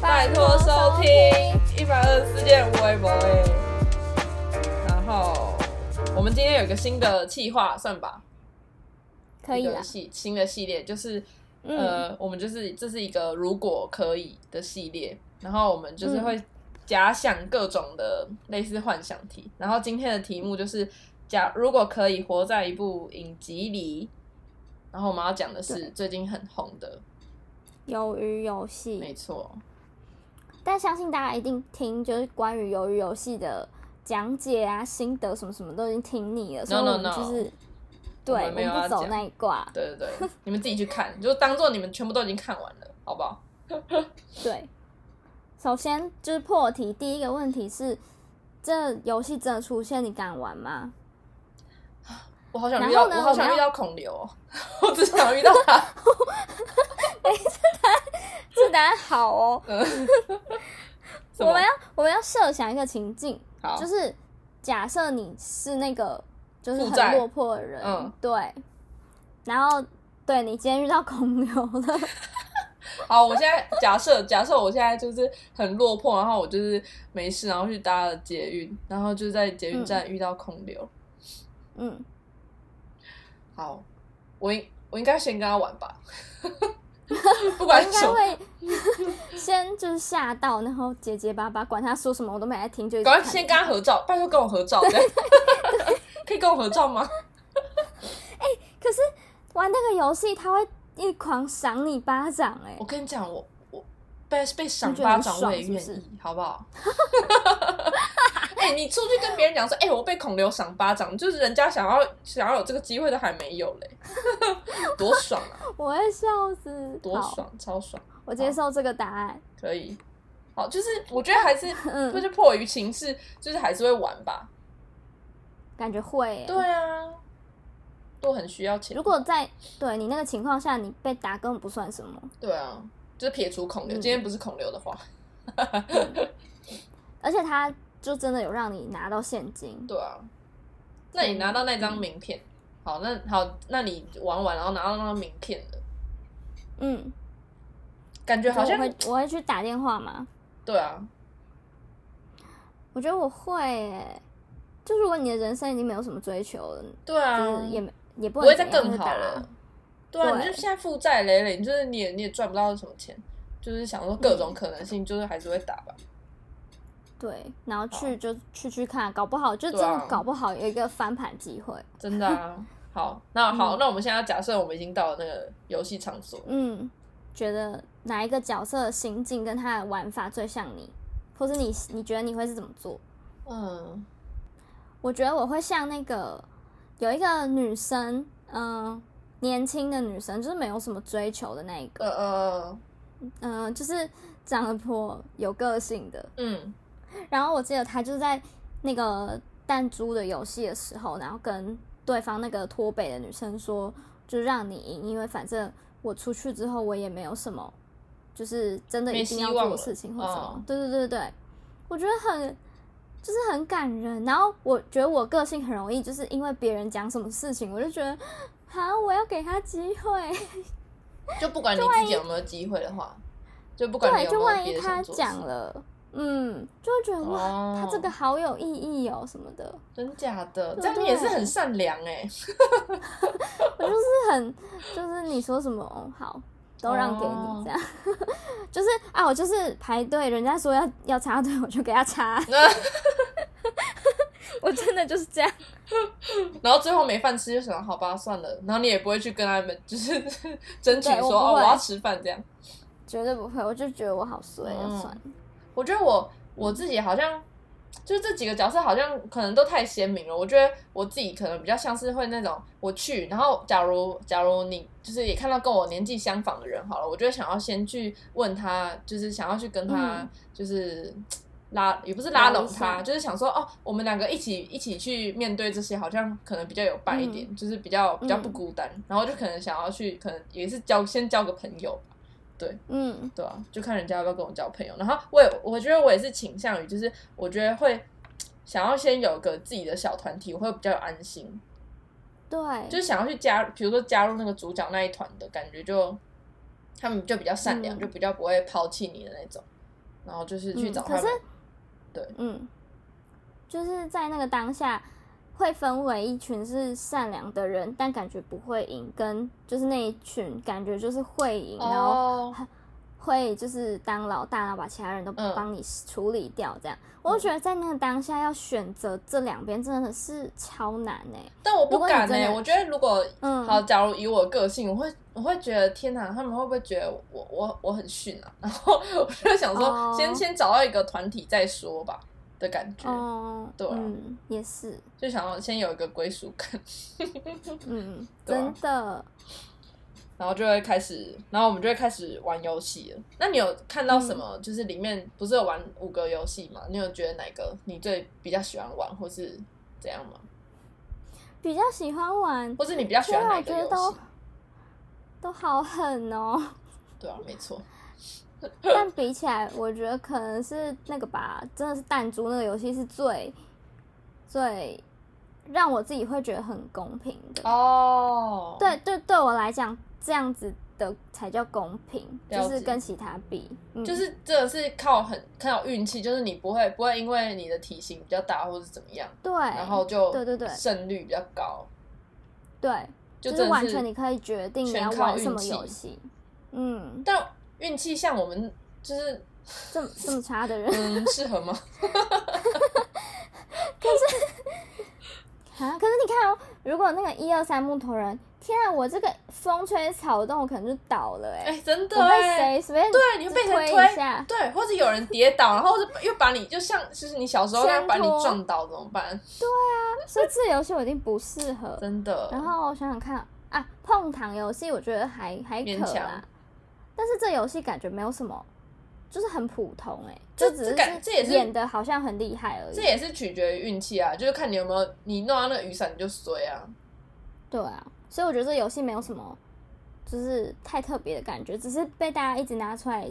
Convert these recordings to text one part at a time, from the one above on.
拜托收听一百二十四件无微博哎。然后我们今天有一个新的企划，算吧，可以一啦个。系新的系列，就是、嗯呃，我们就是这是一个如果可以的系列，然后我们嗯就是会假想各种的类似幻想题，然后今天的题目就是假如果可以活在一部影集里，然后我们要讲的是最近很红的，鱿鱼游没戏，错，但相信大家一定听就是关于鱿鱼游戏的讲解啊、心得什么什么都已经听腻了 No, 所以我 no, 们 no 就是我对们没有不要走讲那一卦，对对 对，你们自己去看，就当做你们全部都已经看完了，好不好？对，首先就是破题，第一个问题是：这游戏真的出现，你敢玩吗？我好想然遇到，后呢我好我想们遇要到孔刘 哦，我只想遇到他。这答案好哦。呃什么 我们要我们要设想一个情境，好，就是假设你是那个就是负债很落魄的人，嗯对，然后对你今天遇到孔刘了， 好，我现在假设，假设我现在就是很落魄，然后我就是没事，然后去搭了捷运，然后就在捷运站遇到孔刘。嗯，好，我应我应该先跟他玩 吧，不管应什该么，会 先就是吓到，然后结结巴巴，管他说什么我都没来听，就一直赶快看先跟他合照，拜托跟我合照，这样 可以跟我合照吗？可是玩那个游戏，他会一狂赏你巴掌、欸，我跟你讲，我我被被赏你觉得巴很掌爽我也愿意，是不是好不好？ 哎、你出去跟别人讲说，哎、我被孔刘赏巴掌，就是人家想要想要有这个机会都还没有嘞， 多爽啊！我会笑死。多好，爽，超爽，我接受这个答案。可以。好，就是我觉得还是嗯就是迫于情势，就是还是会玩吧。感觉会、欸，对啊，都很需要钱如。果在对你那个情况下，你被打根本不算什么。对啊，就是撇除孔刘，嗯今天不是孔刘的话，而且他就真的有让你拿到现金，对啊，那你拿到那嗯张名片，好，那好，那你玩完然后拿到那张名片的嗯，感觉好像我会我会去打电话嘛，对啊，我觉得我会、欸，就如果你的人生已经没有什么追求了，对啊就是，也没也不不能会再怎样更就好打了。对啊，对你就现在负债累累，你就是你也你也赚不到什么钱，就是想说各嗯种可能性，就是还是会打吧。对，然后去就去去看，搞不好就真对啊的搞不好有一个翻盘机会，真的啊。 好，那好，嗯那我们现在假设我们已经到了那个游戏场所，嗯，觉得哪一个角色的心境跟他的玩法最像你，或是你你觉得你会是怎么做？嗯，我觉得我会像那个有一个女生，嗯、年轻的女生，就是没有什么追求的那一呃个，呃，嗯、就是长得颇有个性的。嗯，然后我记得她就是在那个弹珠的游戏的时候，然后跟对方那个脱北的女生说，就让你赢，因为反正我出去之后我也没有什么，就是真的没一定希要望了做的事情或什么嗯。对对对对对，我觉得很就是很感人。然后我觉得我个性很容易，就是因为别人讲什么事情，我就觉得啊，我要给他机会。就不管你自己有没有机会的话，就不管你对，有就没有万别一的想他做的事讲，了，嗯，就会觉得哇，哦他这个好有意义哦什么的。真假的，对这样你也是很善良哎、我就是很，就是你说什么哦好，都让给哦你这样。 就是啊，我就是排队，人家说要要插队，我就给他插。 我真的就是这样。 然后最后没饭吃，就想好吧，算了。然后你也不会去跟他们，就是 争取对说我不哦，我会要吃饭这样。绝对不会，我就觉得我好衰，嗯就算了。我觉得我我自己好像，就是这几个角色好像可能都太鲜明了。我觉得我自己可能比较像是会那种我去，然后假如假如你就是也看到跟我年纪相仿的人好了，我就会想要先去问他，就是想要去跟他嗯就是。拉也不是拉聊拢一他，下就是想说哦，我们两个一起一起去面对这些，好像可能比较有伴一点，就是比较比较不嗯孤单，然后就可能想要去，可能也是交先交个朋友吧嗯对啊，就看人家要不要跟我交朋友。然后我也我觉得我也是倾向于，就是我觉得会想要先有个自己的小团体，我会比较有安心。对，就是想要去加入，比如说加入那个主角那一团的感觉就，他们就比较善良，嗯就比较不会抛弃你的那种，然后就是去嗯找可他们是。对，嗯，就是在那个当下会分为一群是善良的人，但感觉不会赢，跟就是那一群感觉就是会赢，然后哦，会就是当老大，然后把其他人都嗯帮你处理掉这样。我就觉得在那个当下要选择这两边真的是超难哎、但我不如果你敢呢、欸真的我觉得如果嗯，好，假如以我个性，我会我会觉得天哪，他们会不会觉得我我我很逊啊？ 然后我就想说，哦先先找到一个团体再说吧的感觉，哦，对啊嗯，也是，就想要先有一个归属感，嗯，对啊真的，然后就会开始，然后我们就会开始玩游戏了。那你有看到嗯什么？就是里面不是有玩五个游戏吗？你有觉得哪个你最比较喜欢玩，或是怎样吗？比较喜欢玩或，是你比较喜虽欢然哪我一个觉游得都戏？都好狠哦。 对啊，没错，但比起来，我觉得可能是那个吧，真的是弹珠那个游戏是最最让我自己会觉得很公平的。哦，对对，对我来讲，这样子的才叫公平，了就是解跟其他比，嗯、就是这个是靠很靠运气，就是你不会不会因为你的体型比较大或是怎么样，对，然后就对对对胜率比较高，对，就就真的是是完全你可以决定你全要靠玩什运么气游戏。嗯，但运气像我们就是这么这么 差的人嗯适合吗？啊！可是你看哦，如果那个一二三木头人，天啊，我这个风吹草动，我可能就倒了哎、哎、真的我被哎、谁随便对，你会被推谁一下？ 对，或者有人跌倒，然后就又把你，就像就是你小时候那样把你挣脱撞倒，怎么办？所以这游戏我一定不适合。真的。然后我想想看啊，碰糖游戏我觉得还还勉可强啦，但是这游戏感觉没有什么，就是很普通哎、这就只这感这也是演的好像很厉害而已。这也是取决于运气啊，就是看你有没有你弄到那个雨伞你就衰啊。 对啊，所以我觉得这游戏没有什么，就是太特别的感觉，只是被大家一直拿出来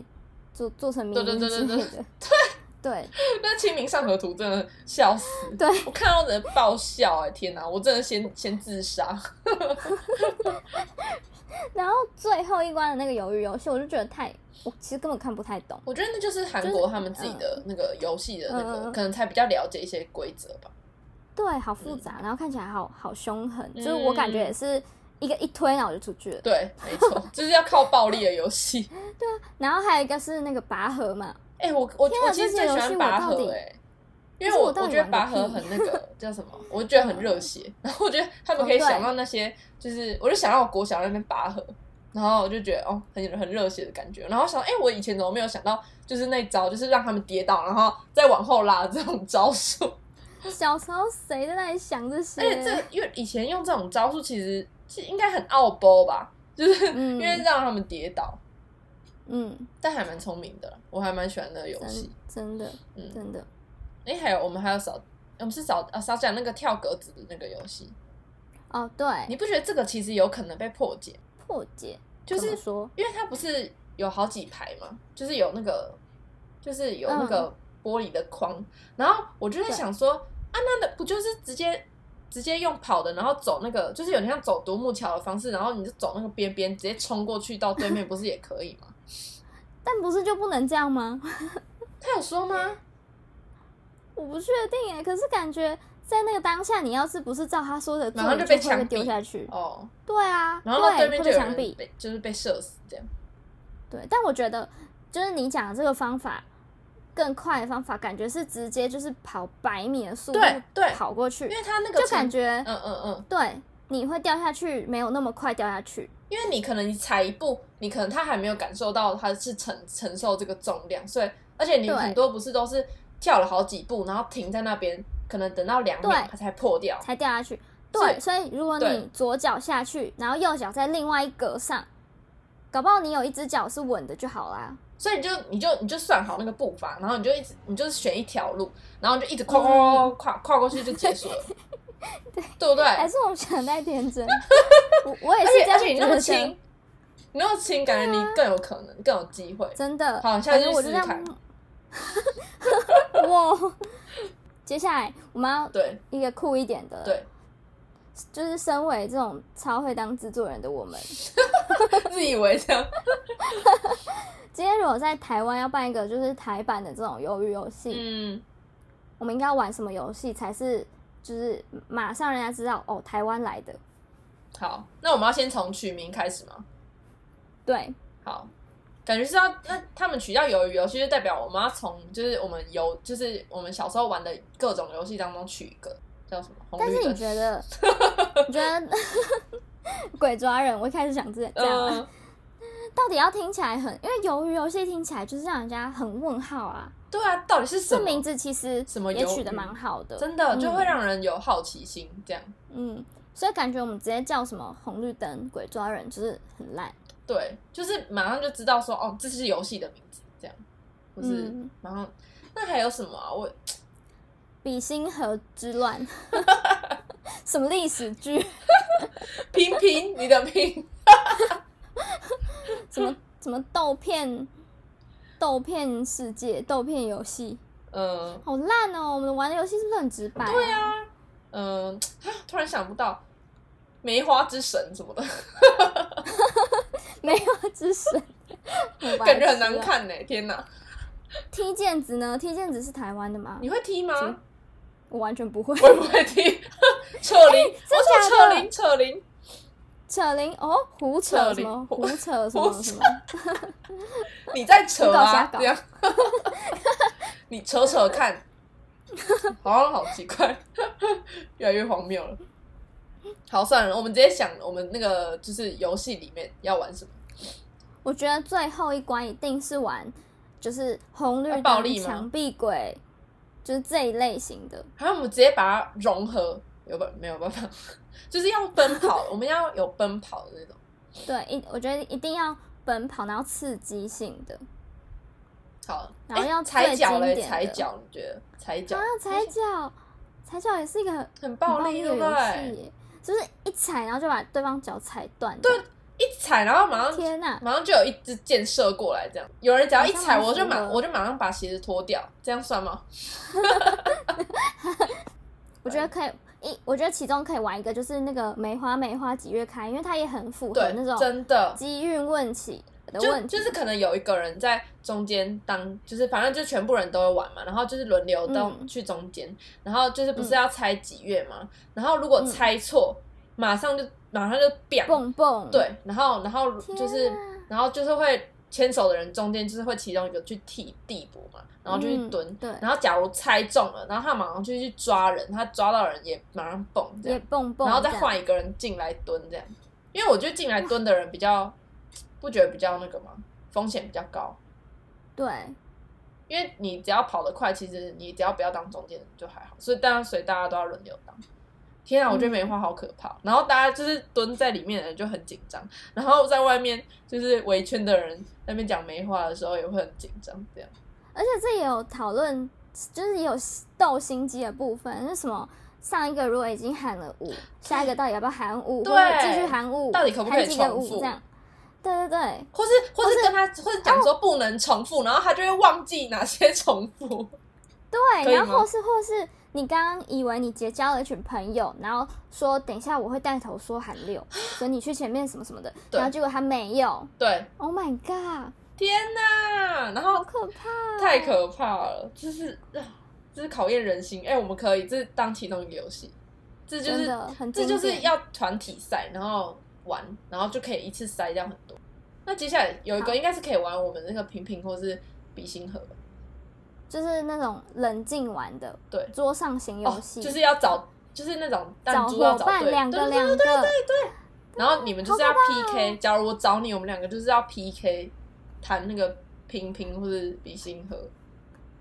做做成迷对对之类对的。对对 对那清明上河图真的笑死，对我看到人爆笑哎、天哪，我真的先先自杀。 然后最后一关的那个鱿鱼游戏，我就觉得太，我其实根本看不太懂。我觉得那就是韩国他们自己的那个游戏的那嗯个，嗯可能才比较了解一些规则吧。对，好嗯复杂，然后看起来好好凶狠，就是我感觉也是一个一推，然后我就出去了。对，没错，就是要靠暴力的游戏。然后还有一个是那个拔河嘛，哎、我我天啊我其实最喜欢拔这些游戏我河到底哎、因为可是我我到底我觉得拔河玩个很屁嗯那个叫 什么，我觉得很热血。然后我觉得他们可以哦对想到那些，就是我就想到我国小那边拔河，然后我就觉得哦，很很热血的感觉。然后想，哎、我以前怎么没有想到，就是那招，就是让他们跌倒，然后再往后拉这种招数。小时候谁在那里想这些？而且哎这因为以前用这种招数，其实是应该很傲包吧，就是因嗯为让他们跌倒，嗯，但还蛮聪明的啦，我还蛮喜欢那个游戏真。真的嗯真的哎、还有我们还有少，我们是少啊少讲那个跳格子的那个游戏，哦，对，你不觉得这个其实有可能被破解？破解就怎么是说，因为它不是有好几排嘛，就是有那个，就是有那个玻璃的框，然后我就在想说，啊，那那不就是直接直接用跑的，然后走那个，就是有点像走独木桥的方式，然后你就走那个边边，直接冲过去到对面，不是也可以吗？但不是就不能这样吗？ 他有说吗？我不确定哎，可是感觉在那个当下，你要是不是照他说的做，马上你就就被会被枪毙丢下去。哦，对啊，然后到对对，面会就被有枪人毙。被就是被射死这样。对，但我觉得就是你讲的这个方法更快的方法，感觉是直接就是跑百米的速度对对跑过去因，为他那个就感程觉、嗯嗯嗯，对你会掉下去，没有那么快掉下去。因为你可能你踩一步，你可能他还没有感受到他是承承受这个重量，所以而且你对很多不是都是跳了好几步，然后停在那边，可能等到两秒对它才破掉。才掉下去。所以对，所以如果对你左脚下去，然后右脚在另外一格上，搞不好你有一只脚是稳的就好啦。所以你就你就你就算好那个步伐，然后你就一直你就是选一条路，然后你就一直跨跨跨跨跨跨过去就结束 了，对不对？嗯还是我想太 天真，我我也而是且这而且你样那么觉轻，得啊你。那么轻，感觉你更有可能，更有机会。真的。好下次反正去我就试这试样。 哇！接下来我们要对一个酷一点的，对，就是身为这种超会当制作人的我们， 自以为这样，今天如果在台湾要办一个就是台版的这种鱿鱼游戏，嗯，我们应该要玩什么游戏才是就是马上人家知道哦，台湾来的。好，那我们要先从取名开始吗？对，好，感觉是要那他们取掉鱿鱼游戏，就代表我们要从就是我们游就是我们小时候玩的各种游戏当中取一个叫什么红但绿是你灯。觉得， 你觉得 鬼抓人？我一开始想这这样啊、 嗯，到底要听起来很，因为鱿鱼游戏听起来就是让人家很问号啊。对啊，到底是什这么？名字其实什么也鱿取得鱼蛮好的，真的就会嗯让人有好奇心，这样嗯，所以感觉我们直接叫什么红绿灯、鬼抓人就是很烂。对，就是马上就知道说哦，这是游戏的名字，这样，不是嗯马上。那还有什么啊？我比星河 之乱，什么历史剧，拼拼你的拼，什么什么豆片，豆片世界，豆片游戏，嗯好烂哦！我们玩的游戏是不是很直白、对，啊，嗯，啊突然想不到梅花之神什么的， 没有之神，好白感觉很痴难啊哦。看呢。天哪，踢毽子呢？踢毽子是台湾的吗？你会踢吗？我完全不会。我也不会踢， 扯铃，我说假扯哎的铃，扯铃，扯铃哦，胡扯扯什铃么？胡胡扯什么胡扯什么？你在扯瞎啊，搞这样， 你扯扯看，好像好奇怪， 越来越荒谬了。好，算了，我们直接想我们那个就是游戏里面要玩什么。我觉得最后一关一定是玩就是红绿要暴灯、力吗墙壁鬼，就是这一类型的。然后我们直接把它融合，有办没有办法， 就是要奔 跑，我们要有奔跑的那种。对，一我觉得一定要奔跑，然后刺激性的。好，然后哎要踩最脚经嘞，典踩的脚，你觉得踩脚啊，踩脚，踩脚也是一个很很很暴暴力，力的对不游对戏？耶，就是一踩然后就把对方脚踩断。对，一踩，然后马上 天哪、马上就有一支箭射过来，这样有人只要一踩，好像蛮我就符马合我就马上把鞋子脱掉，这样算吗？我觉得可以。一，我觉得其中可以玩一个，就是那个梅花梅花几月开，因为它也很符合对那，种真的。机运问起的就问题，就是可能有一个人在中间当，就是反正就全部人都会玩嘛，然后就是轮流到嗯去中间，然后就是不是要猜几月嘛，然后如果猜错，马上就马上就变嗯蹦蹦，对，然后然后天就是啊然后就是会牵手的人中间就是会其中一个去替地补嘛，然后就去嗯蹲，对然后假如猜中了，然后他马上就去抓人，他抓到人也马上蹦这也样，蹦蹦，然后再换一个人进来蹲这样，因为我觉得进来蹲的人比较不觉得比较那个嘛，风险比较高，对，因为你只要跑得快，其实你只要不要当中间人就还好，所以当然所以大家都要轮流当。天啊，我觉得梅嗯花好可怕。然后大家就是蹲在里面的人就很紧张，然后在外面就是围圈的人在那边讲梅花的时候也会很紧张，这样。而且这也有讨论，就是也有斗心机的部分，是什么？上一个如果已经喊了五，下一个到底要不要喊五，对或者继续喊五，到底可不可以喊几个重五复这样？对对对，或是或是跟他或是讲说不能重复，哦然后他就会忘记哪些重复。可对，以然后吗或是或是你刚刚以为你结交了一群朋友，然后说等一下我会带头说喊六， 所以你去前面什么什么的，对然后结果他没有对， ，Oh my god，天哪！然好后可怕哦，太可怕了，就是啊这是考验人心。哎、我们可以，这是当其中一个游戏，这就真是的很这经就是典要团体赛，然后玩，然后就可以一次筛掉很多。那接下来有一好个应该是可以玩我们那个平平或是比心盒吧，就是那种冷静玩的，对桌上型游戏，哦，就是要找就是那种弹找珠要伙找伴对，两对个对两个，然后你们就是要啊 PK，假如我找你，我们两个就是要 PK 弹那个平平或是比心盒。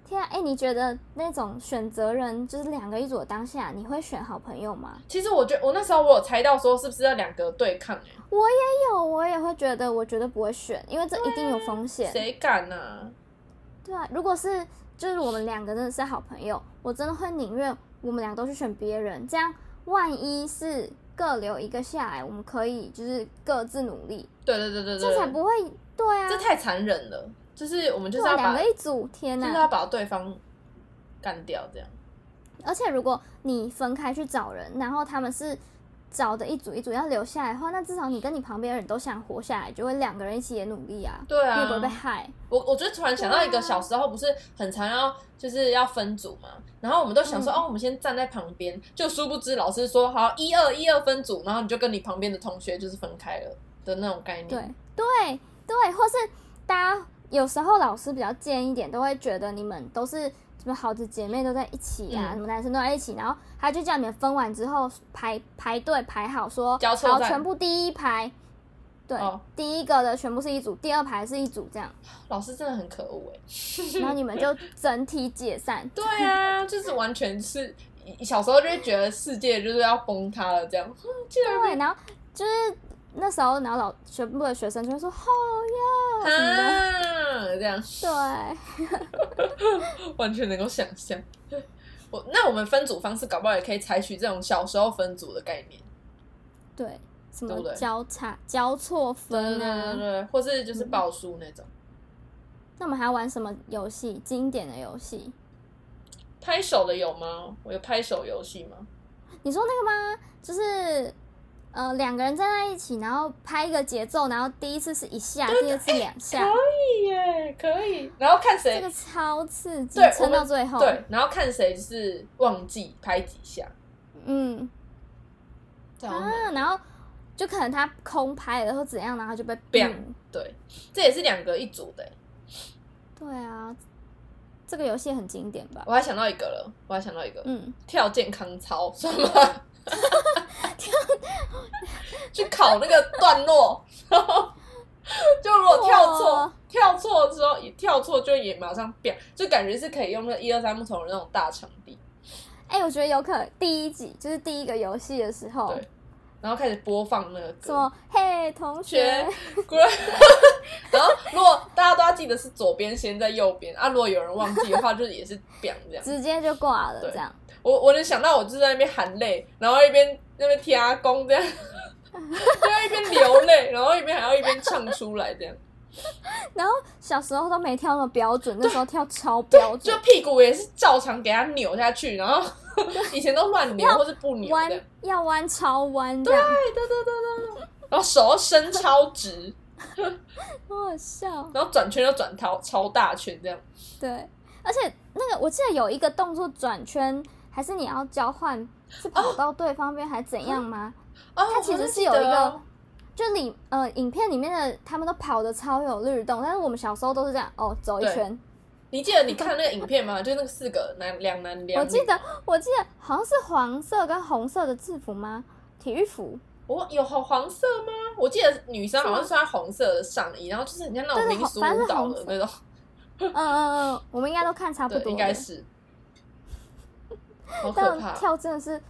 天啊，哎、你觉得那种选择人就是两个一组的当下，你会选好朋友吗？其实我觉得我那时候我有猜到说是不是要两个对抗、欸，我也有，我也会觉得我绝对不会选，因为这一定有风险。啊谁敢啊？对啊，如果是就是我们两个真的是好朋友，我真的会宁愿我们俩都去选别人，这样万一是各留一个下来，我们可以就是各自努力，对对对对对，这才不会对啊这，太残忍了。就是我们就是对啊要两把个一组，天就是哪、要把对方干掉，这样而且如果你分开去找人，然后他们是找的一组一组要留下来的话，那至少你跟你旁边的人都想活下来，就会两个人一起也努力啊，对你也啊不，会被害。我我就突然想到啊一个小时候不是很常要就是要分组嘛，然后我们都想说、嗯哦，我们先站在旁边，就殊不知老师说好一二一二分组，然后你就跟你旁边的同学就是分开了的那种概念。对对对，或是大家有时候老师比较贱一点，都会觉得你们都是什么好的姐妹都在一起啊，嗯什么男生都在一起，然后他就叫你们分完之后排排队排好说，交错好站全部第一排，对，哦第一个的全部是一组，第二排是一组 这样，老师真的很可恶哎、然后你们就整体解散。 对啊，就是完全是小时候就会觉得世界就是要崩塌了这样。嗯哼竟然对，然后就是那时候，然后老全部的学生就会说好呀什么的，啊，这样对。完全能够想象。 我那我们分组方式搞不好也可以采取这种小时候分组的概念。对，什对不么对交叉交错对对分对啊？对，或是就是报数那种，那我们还玩什么游戏？经典的游戏？拍手的有吗？我有拍手游戏吗？你说那个吗？就是呃，两个人站在一起，然后拍一个节奏，然后第一次是一下，第二次两哎下，可以耶，可以。然后看谁这个超刺激对，我撑到们最后。对，，然后看谁是忘记拍几下。嗯这样啊，然后就可能他空拍了或怎样，然后就被砰嗯对，这也是两个一组的耶。欸对啊，这个游戏很经典吧？我还想到一个了，我还想到一个，嗯，跳健康操算吗？去考那个段落， 然后就如果跳错哇，跳错之后也跳错就也马上变，就感觉是可以用那一二三木头人那种大场地，哎、我觉得有可能第一集就是第一个游戏的时候，对然后开始播放那个什歌么。嘿同学 学，果然， 然后如果大家都要记得是左边先在右边啊，如果有人忘记的话，就是也是 biang 这样。直接就挂了对这样。我我能想到，我就在那边含泪，然后一边那边贴阿公这样， 就要一边流泪，然后一边还要一边唱出来这样。然后小时候都没跳那么标准，那时候跳超标就准，屁股也是照常给它扭下去，然后 以前都乱扭或是不扭弯的，要弯超弯这样，然后手要伸超直，好好笑。然后转圈就转超超大圈这样。对，而且那个我记得有一个动作转圈，还是你要交换，是跑到对方边还怎样吗？哦，它其我实好像是记有一得个哦，就里呃影片里面的他们都跑的超有律动，但是我们小时候都是这样哦，走一对圈。你记得你看那个影片吗？就是那个四个男两男两我女，记得我记得好像是黄色跟红色的制服吗？体育 服，我有黄黄色吗？我记得女生好像是穿红色的上衣，然后就是很像那种对对民俗反舞正是蹈红的色那种，嗯嗯嗯，我们应该都看差不对，多，应该。 是。好可怕哦！但跳真的 是，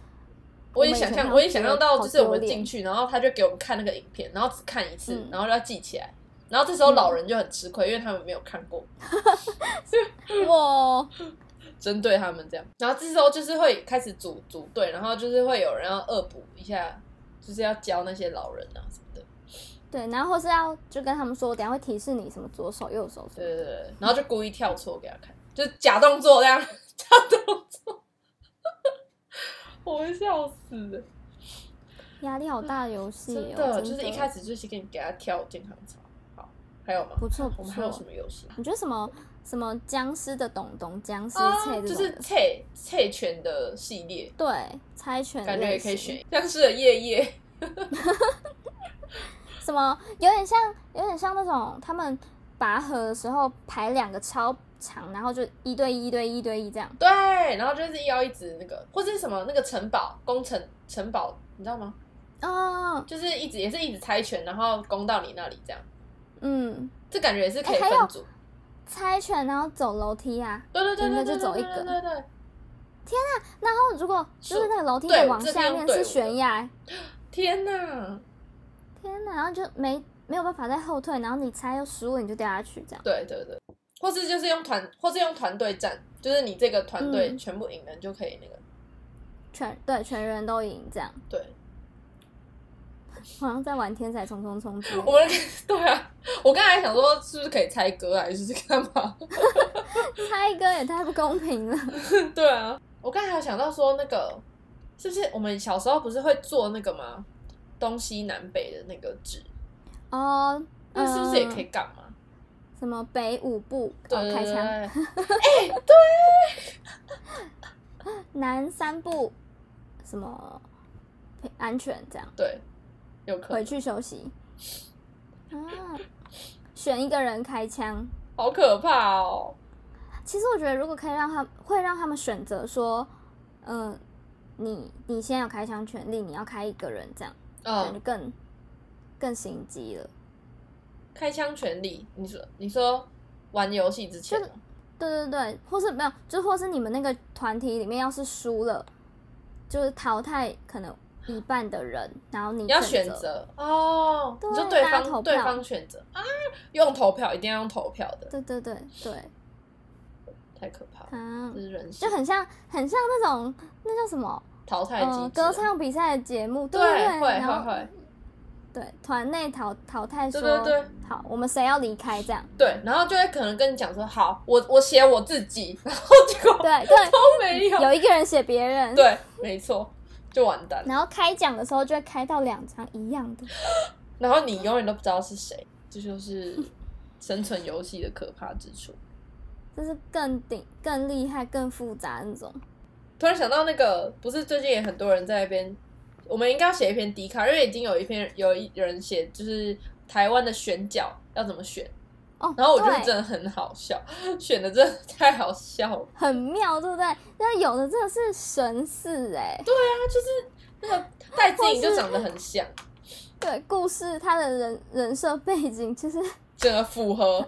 我也们以想前象，看我也想觉象得到，好就是我丢们脸进去，然后他就给我们看那个影片，然后只看一次，嗯然后就要记起来。然后这时候嗯老人就很吃亏，因为他们没有看过，哇，针对他们这样。然后这时候就是会开始组组队，然后就是会有人要恶补一下，就是要教那些老人啊什么的。对，然后或是要就跟他们说，我等一下会提示你什么左手右手什对对么，对对，然后就故意跳错给他看，就是假动作这样，假动作，我会笑死了。压力好大的游戏真哦，的，就是真一开始就是给你给他跳健康操。好，还有吗？不错我不们还有错什。么游戏？你觉得什么什么僵尸的懂懂僵尸啊，菜就这种是的，菜菜拳的系列，对猜拳感觉也类可以型选，像是夜夜，什么有点像有点像那种他们拔河的时候排两个超长，然后就一对一一对一一对一这样。对，然后就是一摇一直那个，或者是什么那个城堡攻城城堡，你知道吗？哦，就是一直也是一直猜拳，然后攻到你那里这样，嗯，这感觉也是可以哎还有分组，猜拳然后走楼梯啊，对对对赢对了对就对走一对个对对，然后如果就是是那个楼梯对的往这下边面对是我悬的崖，天哪！天哪，然后就没没有办法再后退，然后你猜又输了，你就掉下去这样。对对对，或是就是用团，或是用团队战，就是你这个团队嗯全部赢了，你就可以那个全对全人都赢这样，对。好像在玩天才冲冲冲之类我的们 对啊，我刚才想说是不是可以猜歌啊还是干 嘛？猜歌也太不公平了。对啊，我刚才还有想到说那个是不是我们小时候不是会做那个吗？东西南北的那个纸，哦，那是不是也可以嗯？干嘛？什么北五步嗯对哦，对开对枪，对，对南三步，什么安全这样， 对，有可回能，去休息。啊，选一个人开枪。好可怕哦！其实我觉得，如果可以让他会让他们选择说，嗯、你你先有开枪权利，你要开一个人这样，感觉嗯，更更心机了。开枪权利，你说你说玩游戏之前吗，对对对，或是没有，就或是你们那个团体里面要是输了，就是淘汰可能一半的人，然后你你要选择。择哦，对啊你说对大家投方对票方选择啊，用投票一定要用投票的，对对对对，太可怕了，啊这，是人性就很像很像那种那叫什么淘汰机制，呃歌唱比赛的节目，对对会然后会会对团内淘淘汰说对对对好，我们谁要离开这样，对，然后就会可能跟你讲说，好，我我写我自己，然后结果对对，都哦 没有，有一个人写别人，，对，没错，就完蛋了。然后开奖的时候就会开到两张一样的，然后你永远都不知道是谁，这就是生存游戏的可怕之处。这是更顶、更厉害、更复杂那种。突然想到那个，不是最近也很多人在那边，我们应该要写一篇迪卡，因为已经有一篇有一人写，就是台湾的选角要怎么选，哦，然后我觉得对真的很好笑，选的真的太好笑了。很妙，对不对？那有的真的是神似哎、那个戴志颖就长得很像，对，故事他的人人设背景就是整个符合，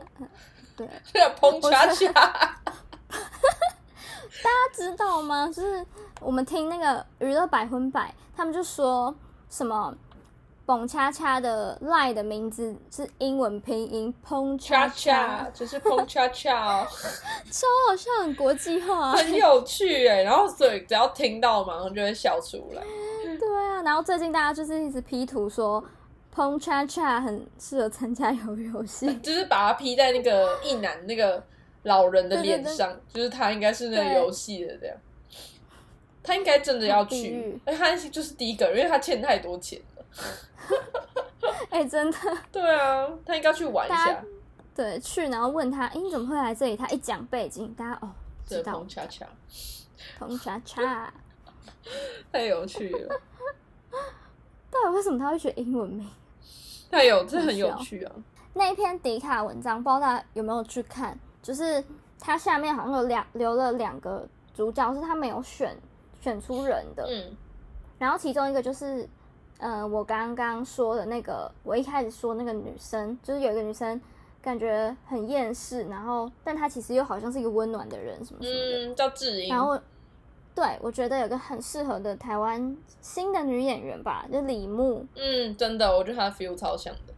对，那个砰恰恰，大家知道吗？就是我们听那个娱乐百分百，他们就说什么。蹦恰恰的赖的名字是英文拼音砰恰恰恰恰，就是砰恰恰 哦。超好笑，很国际 化、很有趣哎、然后所以只要听到马上就会笑出来。，对啊，然后最近大家就是一直 P 图说 Pong Cha Cha 很适合参加游游戏 就是把它披在那个一男那个老人的脸上，就是他应该是那个游戏的这样。他应该真的要地去狱，而且他就是第一个，因为他欠太多钱了。哎、真的，对啊，他应该去玩一大下家。对，去然后问他，哎、你怎么会来这里？他一讲背景，大家哦这知个道碰恰恰 Pong Cha Cha，太有趣了，到底为什么他会学英文名？太有这很有趣啊！那一篇迪卡文章，不知道大家有没有去看？就是它下面好像有两留了两个主角是他没有选选出人的，嗯然后其中一个就是，呃，我刚刚说的那个，我一开始说那个女生，就是有一个女生感觉很厌世，然后但她其实又好像是一个温暖的人什么什么的。嗯，叫智英然，后我，对我觉得有个很适合的台湾新的女演员吧，就李牧，嗯，真的，我觉得他的 feel 超像的。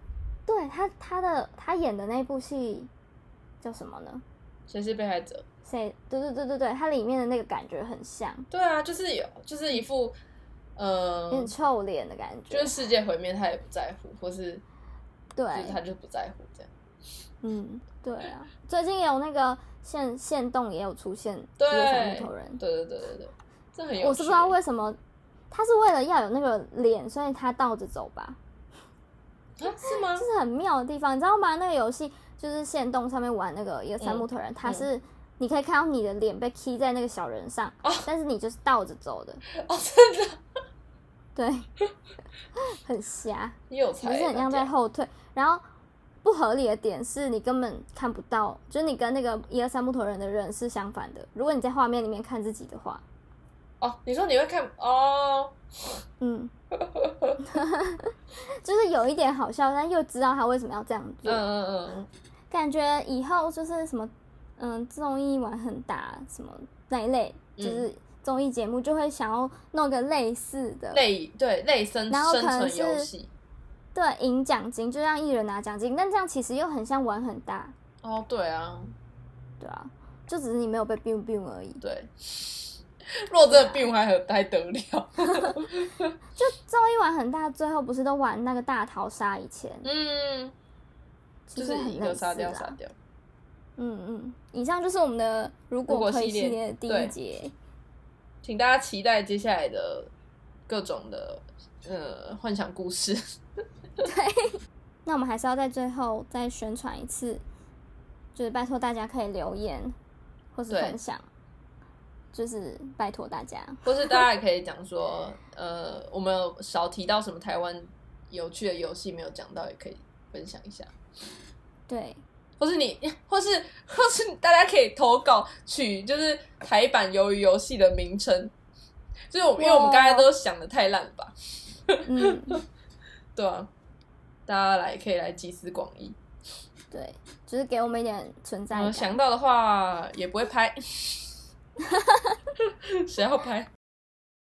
对她她的她演的那部戏叫什么呢？谁是被害者？谁？对对对对对，它里面的那个感觉很像，对啊，就是有，就是一副，呃有，点臭脸的感就觉。是世界毁灭他也不在乎，或是对，就是他就不在乎这样。嗯，对啊，最近有那个线线动也有出现对月小木头人，对对对对对，这很有趣。我是不知道为什么，他是为了要有那个脸，所以他倒着走吧，啊是吗这？是很妙的地方，你知道吗？那个游戏就是线动上面玩那个一个嗯三木头人，他是你可以看到你的脸被踢在那个小人上，但是你就是倒着走的，哦，真的，对， 很瞎，你有你才，是很像在后退，然后。不合理的点是你根本看不到，就是你跟那个一二三木头人的人是相反的。如果你在画面里面看自己的话，哦，你说你会看哦， 嗯，就是有一点好笑，但又知道他为什么要这样嗯做。嗯嗯嗯，感觉以后就是什么，嗯，综艺玩很大什么那一类，嗯就是综艺节目就会想要弄个类似的，类对类生然后生可能存是游戏对，赢奖金就让艺人拿奖金，但这样其实又很像玩很大，哦，对啊，对啊，就只是你没有被 biu biu 而已。 对。若真的病还还还得了？就综艺玩很大，最后不是都玩那个大逃杀？以前嗯，其就实是很一个类杀似啊掉杀啦。掉。嗯嗯，以上就是我们的如如果果可以系列系列的第对一节。请大家期待接下来的各种的呃幻想故事。 那我们还是要在最后再宣传一次，就是拜托大家可以留言或是对分享，就是拜托大家。或是大家也可以讲说，呃，我们有少提到什么台湾有趣的游戏没有讲到，也可以分享一下。对，或是你， 或是或是大家可以投稿取就是台版鱿鱼游戏的名称，就是我们因为我们刚才都想的太烂了吧，嗯， 对啊，大家来可以来集思广益，呃对，就是给我们一点存在然后 感。想到的话也不会拍，谁要拍？